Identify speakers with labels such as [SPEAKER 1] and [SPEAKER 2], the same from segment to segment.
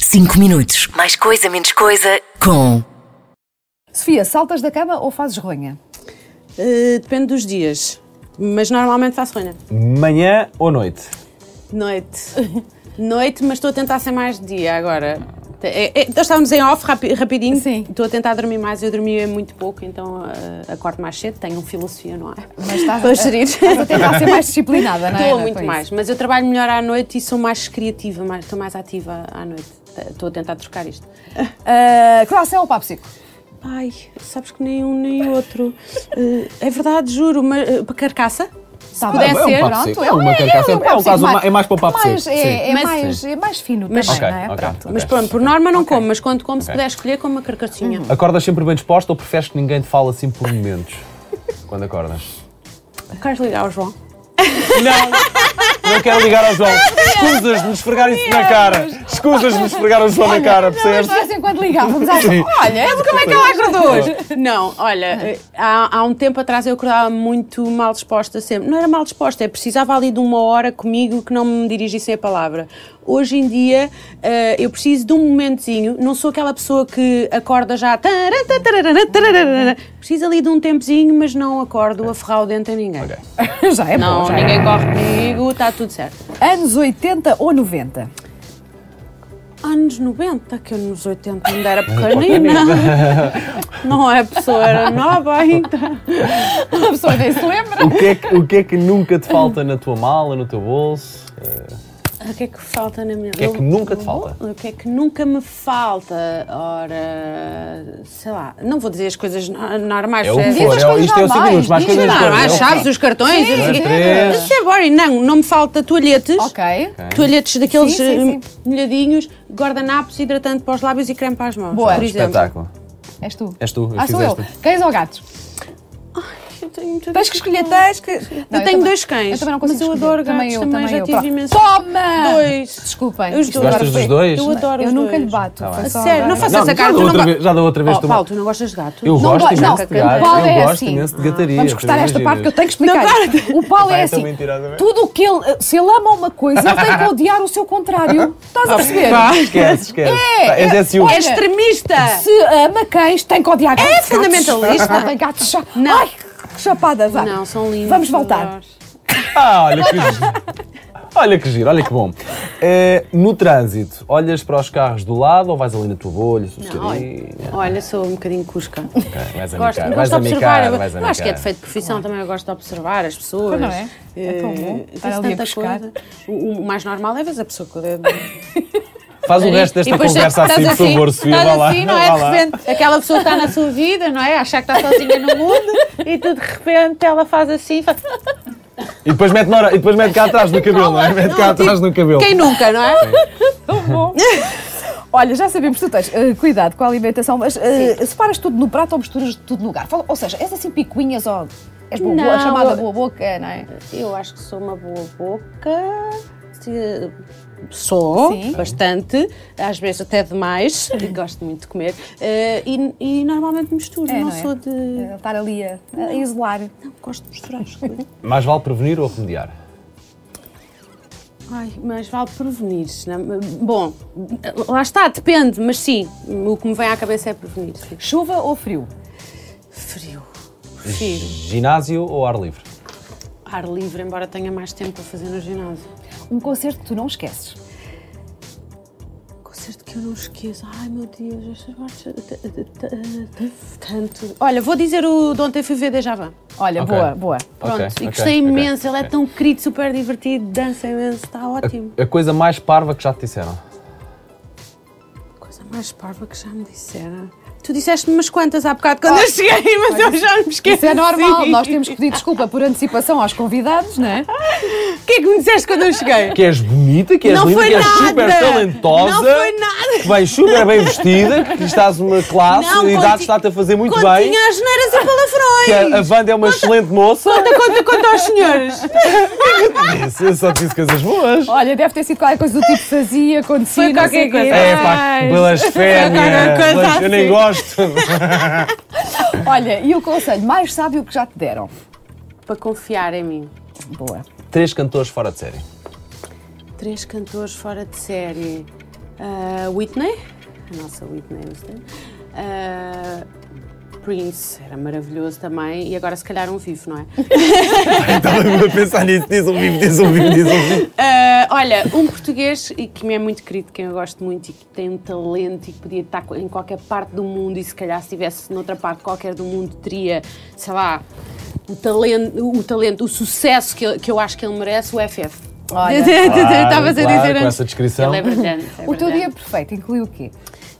[SPEAKER 1] 5 minutos. Mais coisa, menos coisa. Com
[SPEAKER 2] Sofia, saltas da cama ou fazes ronha?
[SPEAKER 3] Uh, depende dos dias, mas normalmente faço ronha.
[SPEAKER 4] Manhã ou noite?
[SPEAKER 3] Noite. Noite, mas estou a tentar ser mais de dia agora. É, é, nós estávamos em off rapi- rapidinho.
[SPEAKER 2] Sim.
[SPEAKER 3] Estou a tentar dormir mais. Eu dormi muito pouco, então uh, acordo mais cedo. Tenho filosofia, não é?
[SPEAKER 2] Mas estás-
[SPEAKER 3] Estou a gerir.
[SPEAKER 2] Estás a tentar ser mais disciplinada, não é?
[SPEAKER 3] Estou
[SPEAKER 2] Ana,
[SPEAKER 3] muito
[SPEAKER 2] com
[SPEAKER 3] mais,
[SPEAKER 2] isso?
[SPEAKER 3] mas eu trabalho melhor à noite e sou mais criativa, mais- estou mais ativa à noite. Eh, Estou a tentar trocar isto.
[SPEAKER 2] Ah, croissant ou papsico?
[SPEAKER 3] Ai, sabes que nem um nem outro. Eh, é verdade, juro, mas eh, carcaça?
[SPEAKER 2] Tá
[SPEAKER 3] puder
[SPEAKER 2] bem.
[SPEAKER 3] ser,
[SPEAKER 4] papo
[SPEAKER 2] Pronto,
[SPEAKER 4] seco.
[SPEAKER 2] é
[SPEAKER 4] É uma
[SPEAKER 2] um-
[SPEAKER 4] carcaça.
[SPEAKER 2] é um
[SPEAKER 4] É um
[SPEAKER 2] papo
[SPEAKER 4] caso
[SPEAKER 2] seco
[SPEAKER 4] ma- é mais para o papo
[SPEAKER 2] mais,
[SPEAKER 4] seco.
[SPEAKER 2] é-
[SPEAKER 4] Sim.
[SPEAKER 2] é
[SPEAKER 3] Mas-
[SPEAKER 2] mais, é mais fino
[SPEAKER 3] Mas-
[SPEAKER 2] também,
[SPEAKER 4] Ok,
[SPEAKER 2] não é?
[SPEAKER 4] ok,
[SPEAKER 2] Pronto.
[SPEAKER 4] ok.
[SPEAKER 3] Mas pronto, por norma não
[SPEAKER 2] Ok.
[SPEAKER 3] como, mas quando como, se
[SPEAKER 4] Ok. Uhum.
[SPEAKER 3] puder escolher, como uma carcacinha.
[SPEAKER 4] Acordas sempre bem disposta ou preferes que ninguém te fale assim por momentos? Quando acordas?
[SPEAKER 3] Queres ligar ao João?
[SPEAKER 4] Não! Não quero ligar ao João. Escusas de me esfregar isso na cara. Escusas de me esfregar o João na cara,
[SPEAKER 2] Mas
[SPEAKER 4] percebes?
[SPEAKER 2] de vez em quando ligávamos às Olha, como é que
[SPEAKER 3] Ela acordou hoje. Não, olha,
[SPEAKER 4] Uhum.
[SPEAKER 3] eh, há, há um tempo atrás eu acordava muito mal disposta sempre. Não era mal disposta, é precisava ali de uma hora comigo que não me dirigissem a palavra. Hoje em dia eh, eu preciso de um momentinho, não sou aquela pessoa que acorda já. tará, tá, tarará, tarará. Preciso ali de um tempozinho, mas não acordo a ferrar o dente a ninguém.
[SPEAKER 4] Ok.
[SPEAKER 2] Já é bom,
[SPEAKER 3] Não,
[SPEAKER 2] já é.
[SPEAKER 3] ninguém corre comigo, está tudo certo.
[SPEAKER 2] Anos 80 ou 90?
[SPEAKER 3] Anos 90, que eu nos 80 ainda era pequenina. Não é pessoa, era nova ainda.
[SPEAKER 2] A pessoa nem se lembra.
[SPEAKER 4] O que, é que, o que é que nunca te falta na tua mala, no teu bolso? Eh,
[SPEAKER 3] O que é que falta na minha
[SPEAKER 4] que é que nunca te falta?
[SPEAKER 3] O que é que nunca me falta? Ora, sei lá, não vou dizer as coisas no- normais.
[SPEAKER 4] É o
[SPEAKER 3] percebes?
[SPEAKER 2] Diz
[SPEAKER 4] que for.
[SPEAKER 2] as
[SPEAKER 4] é o-
[SPEAKER 2] coisas
[SPEAKER 4] Isto é o 5
[SPEAKER 2] normais,
[SPEAKER 4] minutos. Mais
[SPEAKER 2] diz as
[SPEAKER 4] coisas
[SPEAKER 3] Não,
[SPEAKER 4] todas,
[SPEAKER 3] as
[SPEAKER 4] é o-
[SPEAKER 3] chaves, os cartões,
[SPEAKER 2] Sim.
[SPEAKER 3] não sei o quê.
[SPEAKER 4] Três.
[SPEAKER 3] Isso é boring. Não, não me falta toalhetes.
[SPEAKER 2] Ok.
[SPEAKER 3] Toalhetes daqueles
[SPEAKER 2] Sim, sim, sim.
[SPEAKER 3] eh, molhadinhos, guardanapos, hidratante para os lábios e creme para as mãos.
[SPEAKER 2] Boa.
[SPEAKER 3] Por exemplo.
[SPEAKER 4] Espetáculo.
[SPEAKER 2] És tu.
[SPEAKER 4] És tu, eu
[SPEAKER 2] Ah,
[SPEAKER 4] fiz
[SPEAKER 2] sou eu.
[SPEAKER 4] esta.
[SPEAKER 2] Cães ou gatos?
[SPEAKER 3] Eu tenho tudo.
[SPEAKER 2] Tens que escolher, tens que. Não, eu
[SPEAKER 3] tenho
[SPEAKER 2] também-
[SPEAKER 3] dois cães,
[SPEAKER 2] Eu também não consigo
[SPEAKER 3] mas eu
[SPEAKER 2] escolher.
[SPEAKER 3] adoro
[SPEAKER 2] também
[SPEAKER 3] gatos,
[SPEAKER 2] eu,
[SPEAKER 3] também já
[SPEAKER 2] eu.
[SPEAKER 3] tive
[SPEAKER 2] Pronto.
[SPEAKER 3] imenso.
[SPEAKER 2] Toma!
[SPEAKER 3] Dois.
[SPEAKER 2] Desculpem.
[SPEAKER 3] Os
[SPEAKER 2] isto
[SPEAKER 3] dois.
[SPEAKER 2] agora
[SPEAKER 4] Gostas dos
[SPEAKER 2] foi-
[SPEAKER 4] dois?
[SPEAKER 3] Eu adoro
[SPEAKER 2] Eu
[SPEAKER 3] os
[SPEAKER 2] nunca
[SPEAKER 3] dois.
[SPEAKER 2] lhe bato.
[SPEAKER 4] Tá
[SPEAKER 2] foi
[SPEAKER 4] bem.
[SPEAKER 2] só
[SPEAKER 3] Sério, não
[SPEAKER 2] agora.
[SPEAKER 3] faço
[SPEAKER 4] Não,
[SPEAKER 3] essa
[SPEAKER 4] já
[SPEAKER 3] cara. tu
[SPEAKER 4] dou
[SPEAKER 3] não
[SPEAKER 4] outra
[SPEAKER 3] go-
[SPEAKER 4] vez- já dou outra vez,
[SPEAKER 3] Oh,
[SPEAKER 4] tu-
[SPEAKER 3] Paulo, tu não gostas de gato?
[SPEAKER 4] Eu
[SPEAKER 2] assim. Não
[SPEAKER 4] gosto
[SPEAKER 2] go- não,
[SPEAKER 4] imenso de
[SPEAKER 2] o
[SPEAKER 4] gato.
[SPEAKER 2] Paulo é
[SPEAKER 4] Eu gosto
[SPEAKER 2] assim.
[SPEAKER 4] imenso de gataria.
[SPEAKER 2] Vamos cortar esta parte que eu tenho que explicar. O Paulo
[SPEAKER 4] Vai,
[SPEAKER 2] é
[SPEAKER 4] então,
[SPEAKER 2] assim.
[SPEAKER 4] mentira, também.
[SPEAKER 2] Tudo o que ele. Se ele ama uma coisa, ele tem que odiar o seu contrário.
[SPEAKER 4] Ah,
[SPEAKER 2] Estás a perceber?
[SPEAKER 4] Esquece, esquece.
[SPEAKER 2] É,
[SPEAKER 4] Tá, És
[SPEAKER 2] é-
[SPEAKER 4] SU.
[SPEAKER 3] É extremista!
[SPEAKER 2] Se ama cães, tem que odiar gatos.
[SPEAKER 3] É fundamentalista.
[SPEAKER 2] Gatos, gatos, gatos,
[SPEAKER 3] Não.
[SPEAKER 2] Ai, que chapada, vá.
[SPEAKER 3] Não, são lindos.
[SPEAKER 2] Vamos voltar.
[SPEAKER 3] melhores.
[SPEAKER 4] Ah, olha que giro. Olha que giro, olha que bom. Eh, no trânsito, olhas para os carros do lado ou vais ali na tua bolha,
[SPEAKER 3] Não, olha,
[SPEAKER 4] sossegadinha?
[SPEAKER 3] olha, sou um bocadinho cusca.
[SPEAKER 4] Ok, Vais a
[SPEAKER 3] Gosto,
[SPEAKER 4] micar,
[SPEAKER 3] gosto
[SPEAKER 4] vais
[SPEAKER 3] de
[SPEAKER 4] a
[SPEAKER 3] observar.
[SPEAKER 4] micar,
[SPEAKER 3] Eu,
[SPEAKER 4] vais a
[SPEAKER 3] eu acho que é
[SPEAKER 4] micar.
[SPEAKER 3] defeito de profissão, também eu gosto de observar as pessoas.
[SPEAKER 2] Não é? É tão bom
[SPEAKER 3] Eh,
[SPEAKER 2] estar
[SPEAKER 3] diz
[SPEAKER 2] ali a
[SPEAKER 3] tanta
[SPEAKER 2] pescar.
[SPEAKER 3] coisa. O, o mais normal é ver a pessoa com o dedo.
[SPEAKER 4] Faz o resto
[SPEAKER 3] E
[SPEAKER 4] desta
[SPEAKER 3] depois
[SPEAKER 4] conversa
[SPEAKER 3] estás
[SPEAKER 4] assim, por favor, Sofia, vá
[SPEAKER 3] Estás
[SPEAKER 4] lá.
[SPEAKER 3] assim, não é?
[SPEAKER 4] vá
[SPEAKER 3] De
[SPEAKER 4] lá.
[SPEAKER 3] repente, aquela pessoa está na sua vida, não é? Achar que está sozinha no mundo e tu de repente ela faz assim. Faz...
[SPEAKER 4] E depois mete, na hora- e depois mete cá atrás no cabelo, não é? Mete cá atrás no cabelo.
[SPEAKER 3] tipo, Quem nunca, não é?
[SPEAKER 2] Bom. Olha, já sabemos que tu tens eh, cuidado com a alimentação, mas eh, separas tudo no prato ou misturas tudo no lugar? Fala- ou seja, és assim picuinhas ou és boa, boa,
[SPEAKER 3] Não,
[SPEAKER 2] chamada
[SPEAKER 3] eu-
[SPEAKER 2] boa boca, não é?
[SPEAKER 3] Eu acho que sou uma boa boca. Se- Sou,
[SPEAKER 2] Sim.
[SPEAKER 3] bastante, às vezes até demais, e gosto muito de comer, eh, e, e normalmente misturo,
[SPEAKER 2] É, não
[SPEAKER 3] não,
[SPEAKER 2] é?
[SPEAKER 3] sou de.
[SPEAKER 2] Eh, Estar ali a, a isolar.
[SPEAKER 3] Não, gosto de misturar as coisas.
[SPEAKER 4] Mais vale prevenir ou remediar?
[SPEAKER 3] Ai, mas vale prevenir. Não? é? Bom, lá está, depende, mas sim, o que me vem à cabeça é prevenir. sim.
[SPEAKER 2] Chuva ou frio?
[SPEAKER 3] Frio, prefiro.
[SPEAKER 4] Ginásio ou ar livre?
[SPEAKER 3] Ar livre, embora tenha mais tempo para fazer no ginásio.
[SPEAKER 2] Um concerto que tu não esqueces.
[SPEAKER 3] Concerto que eu não esqueço. Ai meu Deus, estas marchas. Tanto. Olha, vou dizer o de ontem fui ver Deja Van.
[SPEAKER 2] Olha,
[SPEAKER 4] Ok.
[SPEAKER 2] boa, boa.
[SPEAKER 3] Pronto,
[SPEAKER 4] Ok,
[SPEAKER 3] e
[SPEAKER 4] ok,
[SPEAKER 3] gostei
[SPEAKER 4] ok,
[SPEAKER 3] imenso. Ele é
[SPEAKER 4] ok.
[SPEAKER 3] tão querido, super divertido, dança imenso, está ótimo.
[SPEAKER 4] A coisa mais parva que já te disseram?
[SPEAKER 3] Coisa mais parva que já me disseram. Oh, Tu disseste-me umas quantas há bocado quando eu cheguei, mas eu já me esqueci.
[SPEAKER 2] Isso é normal, nós temos que pedir desculpa por antecipação aos convidados, não é?
[SPEAKER 3] O que é que me disseste quando eu cheguei?
[SPEAKER 4] que és bonita, que és
[SPEAKER 3] Não
[SPEAKER 4] linda,
[SPEAKER 3] foi
[SPEAKER 4] que és
[SPEAKER 3] nada.
[SPEAKER 4] super talentosa.
[SPEAKER 3] Não foi nada.
[SPEAKER 4] Que vais super bem vestida, que estás uma classe, a idade
[SPEAKER 3] conti-
[SPEAKER 4] está-te a fazer muito
[SPEAKER 3] continha
[SPEAKER 4] bem.
[SPEAKER 3] as neiras e
[SPEAKER 4] Que é
[SPEAKER 3] palavrões.
[SPEAKER 4] a, a Wanda é uma excelente moça.
[SPEAKER 3] Conta, conta, conta aos senhores.
[SPEAKER 4] Isso, Eu só te disse coisas boas.
[SPEAKER 2] Olha, deve ter sido qualquer coisa do tipo fazia, acontecia,
[SPEAKER 3] Foi
[SPEAKER 2] não sei
[SPEAKER 3] qualquer
[SPEAKER 2] o quê.
[SPEAKER 3] coisa.
[SPEAKER 4] É pá,
[SPEAKER 3] Ai,
[SPEAKER 4] blasfémia.
[SPEAKER 3] qualquer coisa
[SPEAKER 4] Blas- Eu nem
[SPEAKER 3] assim.
[SPEAKER 4] gosto.
[SPEAKER 2] Olha, e o conselho mais sábio que já te deram?
[SPEAKER 3] Para confiar em mim.
[SPEAKER 2] Boa.
[SPEAKER 4] Três cantores fora de série.
[SPEAKER 3] Três cantores fora de série. ah, Whitney, a nossa Whitney Houston, ah, Prince, era maravilhoso também, e agora se calhar um vivo, não é?
[SPEAKER 4] Estava a pensar nisso, diz um vivo, diz um vivo, diz um vivo.
[SPEAKER 3] Ah, olha, um português e que me é muito querido, quem eu gosto muito e que tem um talento e que podia estar em qualquer parte do mundo e se calhar se estivesse noutra parte qualquer do mundo teria, sei lá, o talento, o, talento, o sucesso que, eu- que eu acho que ele merece, o FF.
[SPEAKER 2] Olha.
[SPEAKER 3] Estavas a
[SPEAKER 4] claro,
[SPEAKER 3] dizer
[SPEAKER 4] com
[SPEAKER 3] antes.
[SPEAKER 4] essa descrição.
[SPEAKER 3] Ele é brilhante. é
[SPEAKER 2] O teu
[SPEAKER 3] brilhante.
[SPEAKER 2] dia perfeito inclui o quê?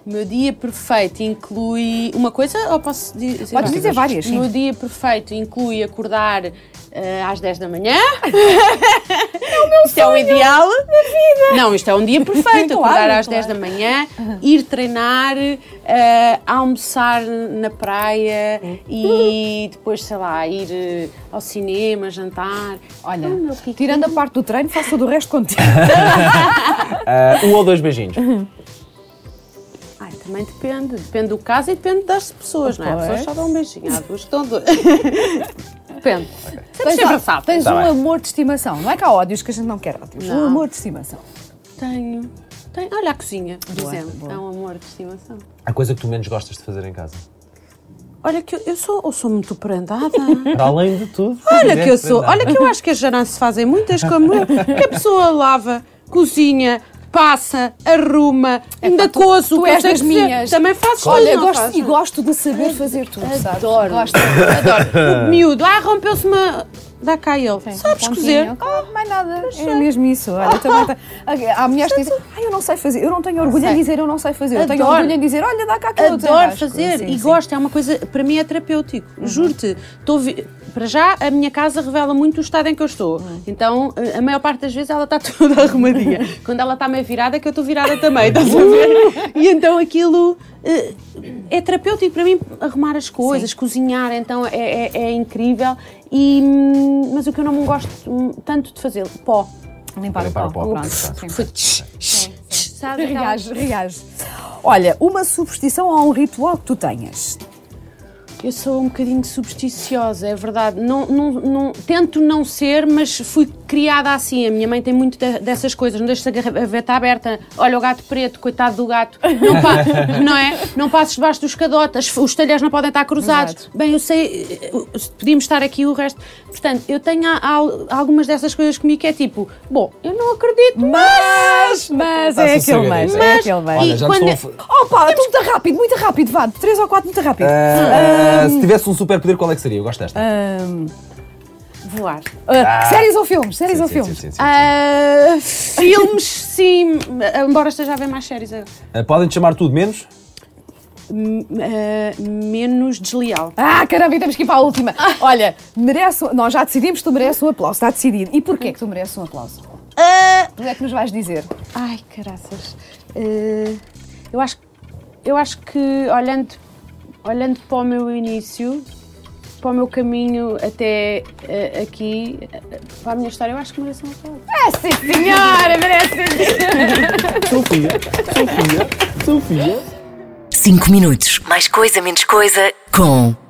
[SPEAKER 3] O meu dia perfeito inclui uma coisa ou posso di- dizer?
[SPEAKER 2] Podes
[SPEAKER 3] várias?
[SPEAKER 2] dizer várias, sim.
[SPEAKER 3] O meu dia perfeito inclui acordar eh, às 10 da manhã. É o meu isto é o ideal da vida. Não, isto é um dia perfeito.
[SPEAKER 2] Claro,
[SPEAKER 3] acordar às
[SPEAKER 2] claro.
[SPEAKER 3] 10 da manhã, ir treinar, eh, almoçar na praia
[SPEAKER 2] Uhum.
[SPEAKER 3] e depois, sei lá, ir eh, ao cinema, jantar.
[SPEAKER 2] Olha,
[SPEAKER 3] Ah, meu pequeno.
[SPEAKER 2] tirando a parte do treino, faço do resto contigo.
[SPEAKER 4] Ah, um ou dois beijinhos.
[SPEAKER 3] Ai, também depende. Depende do caso e depende das pessoas, não é? As pessoas só dão um beijinho, há duas que dão dois. depende. Sempre se abraçado.
[SPEAKER 2] tens
[SPEAKER 4] Tá
[SPEAKER 2] um
[SPEAKER 4] bem.
[SPEAKER 2] amor de estimação. Não é que há ódios que a gente não quer ódios. Um
[SPEAKER 3] Não.
[SPEAKER 2] amor de estimação.
[SPEAKER 3] Tenho. Tenho. Olha a cozinha, por
[SPEAKER 2] Boa,
[SPEAKER 3] exemplo.
[SPEAKER 2] boa.
[SPEAKER 3] É um amor de estimação.
[SPEAKER 4] A coisa que tu menos gostas de fazer em casa.
[SPEAKER 3] Olha que eu, eu sou, eu sou muito prendada.
[SPEAKER 4] Para além de tudo. é
[SPEAKER 3] Olha que eu sou. Olha que eu acho que as já não se fazem muitas como eu. Que a pessoa lava, cozinha, passa, arruma, ainda
[SPEAKER 2] É tu-
[SPEAKER 3] cozo.
[SPEAKER 2] tu
[SPEAKER 3] que eu
[SPEAKER 2] és
[SPEAKER 3] sei
[SPEAKER 2] das
[SPEAKER 3] que se-
[SPEAKER 2] minhas.
[SPEAKER 3] Também fazes
[SPEAKER 2] Olha,
[SPEAKER 3] tudo, não
[SPEAKER 2] gosto,
[SPEAKER 3] fazes,
[SPEAKER 2] e
[SPEAKER 3] não?
[SPEAKER 2] gosto de saber fazer tudo, sabes?
[SPEAKER 3] Adoro.
[SPEAKER 2] Gosto.
[SPEAKER 3] Adoro. O miúdo. Ah, rompeu-se uma. Dá cá ele.
[SPEAKER 2] Pontinho.
[SPEAKER 3] Sabes cozer.
[SPEAKER 2] Ah, mais nada. É mesmo isso. Olha, também tem- Há mulheres que dizem, ah, eu não sei fazer. Eu não tenho orgulho em
[SPEAKER 3] Sei.
[SPEAKER 2] dizer, eu não sei fazer. Eu tenho
[SPEAKER 3] Adoro.
[SPEAKER 2] orgulho em dizer, olha, dá cá aquilo.
[SPEAKER 3] Adoro
[SPEAKER 2] desenrasco.
[SPEAKER 3] fazer
[SPEAKER 2] Sim,
[SPEAKER 3] e
[SPEAKER 2] sim. Uhum.
[SPEAKER 3] gosto, é uma coisa, para mim é terapêutico, juro-te. Estou vi- Para já, a minha casa revela muito o estado em que eu estou.
[SPEAKER 2] Uhum.
[SPEAKER 3] Então, a- a maior parte das vezes ela está toda arrumadinha. Quando ela está meio virada, é que eu estou virada também, estás a
[SPEAKER 2] Uhum.
[SPEAKER 3] ver? E então aquilo eh, é terapêutico para mim, arrumar as coisas, cozinhar, então é, é- é incrível. E, hum, mas o que eu não me gosto hum, tanto de fazer, pó.
[SPEAKER 2] Limpar o
[SPEAKER 4] Limpar
[SPEAKER 2] pau.
[SPEAKER 4] o pau,
[SPEAKER 2] Pronto.
[SPEAKER 4] sim.
[SPEAKER 2] Sim.
[SPEAKER 3] Sabe, aquela-
[SPEAKER 2] Reage, reage. Olha, uma superstição ou um ritual que tu tenhas?
[SPEAKER 3] Eu sou um bocadinho supersticiosa, é verdade. Não, não, não- tento não ser, mas fui criada assim. A minha mãe tem muito de- dessas coisas. Não deixa a gaveta aberta. Olha o gato preto, coitado do gato. Não, pa- não é? Não passes debaixo dos cadotas. Os talheres não podem estar cruzados.
[SPEAKER 2] Exato.
[SPEAKER 3] Bem, eu sei, eh, eh, podíamos estar aqui o resto. Portanto, eu tenho a- a- algumas dessas coisas comigo que é tipo, bom, eu não acredito, mas... um
[SPEAKER 2] Mas
[SPEAKER 4] Tá
[SPEAKER 2] é aquele
[SPEAKER 4] sossegadinho.
[SPEAKER 2] mais, é
[SPEAKER 3] Mas-
[SPEAKER 2] aquele mais.
[SPEAKER 4] Olha, já me
[SPEAKER 3] quando- é-
[SPEAKER 4] estou a fa-
[SPEAKER 2] Oh pá, estou muito rápido, muito rápido, vá, de 3 ou 4, muito rápido.
[SPEAKER 4] Ah, Se tivesse um superpoder, qual é que seria? Eu gosto desta.
[SPEAKER 2] Ahm,
[SPEAKER 3] Voar.
[SPEAKER 2] ah, séries ou filmes? Séries
[SPEAKER 4] Sim,
[SPEAKER 2] ou
[SPEAKER 4] sim,
[SPEAKER 2] filmes?
[SPEAKER 4] sim, sim, sim.
[SPEAKER 3] Ah, filmes, sim, embora esteja a ver mais séries agora.
[SPEAKER 4] Ah, Podem-te chamar tudo menos?
[SPEAKER 3] M- eh, menos desleal.
[SPEAKER 2] Ah, caramba, e temos que ir para a última. Olha, merece, nós já decidimos que tu mereces um aplauso, está decidido. E porquê que tu mereces um aplauso? Tu é que nos vais dizer.
[SPEAKER 3] Ai, caraças. Eh, eu, acho, eu acho que olhando, olhando para o meu início, para o meu caminho até eh, aqui, eh, para a minha história, eu acho que mereço um aplauso.
[SPEAKER 2] Ah, sim, senhora, merece.
[SPEAKER 4] Sofia, Sofia, Sofia.
[SPEAKER 1] 5 minutos. Mais coisa, menos coisa. Com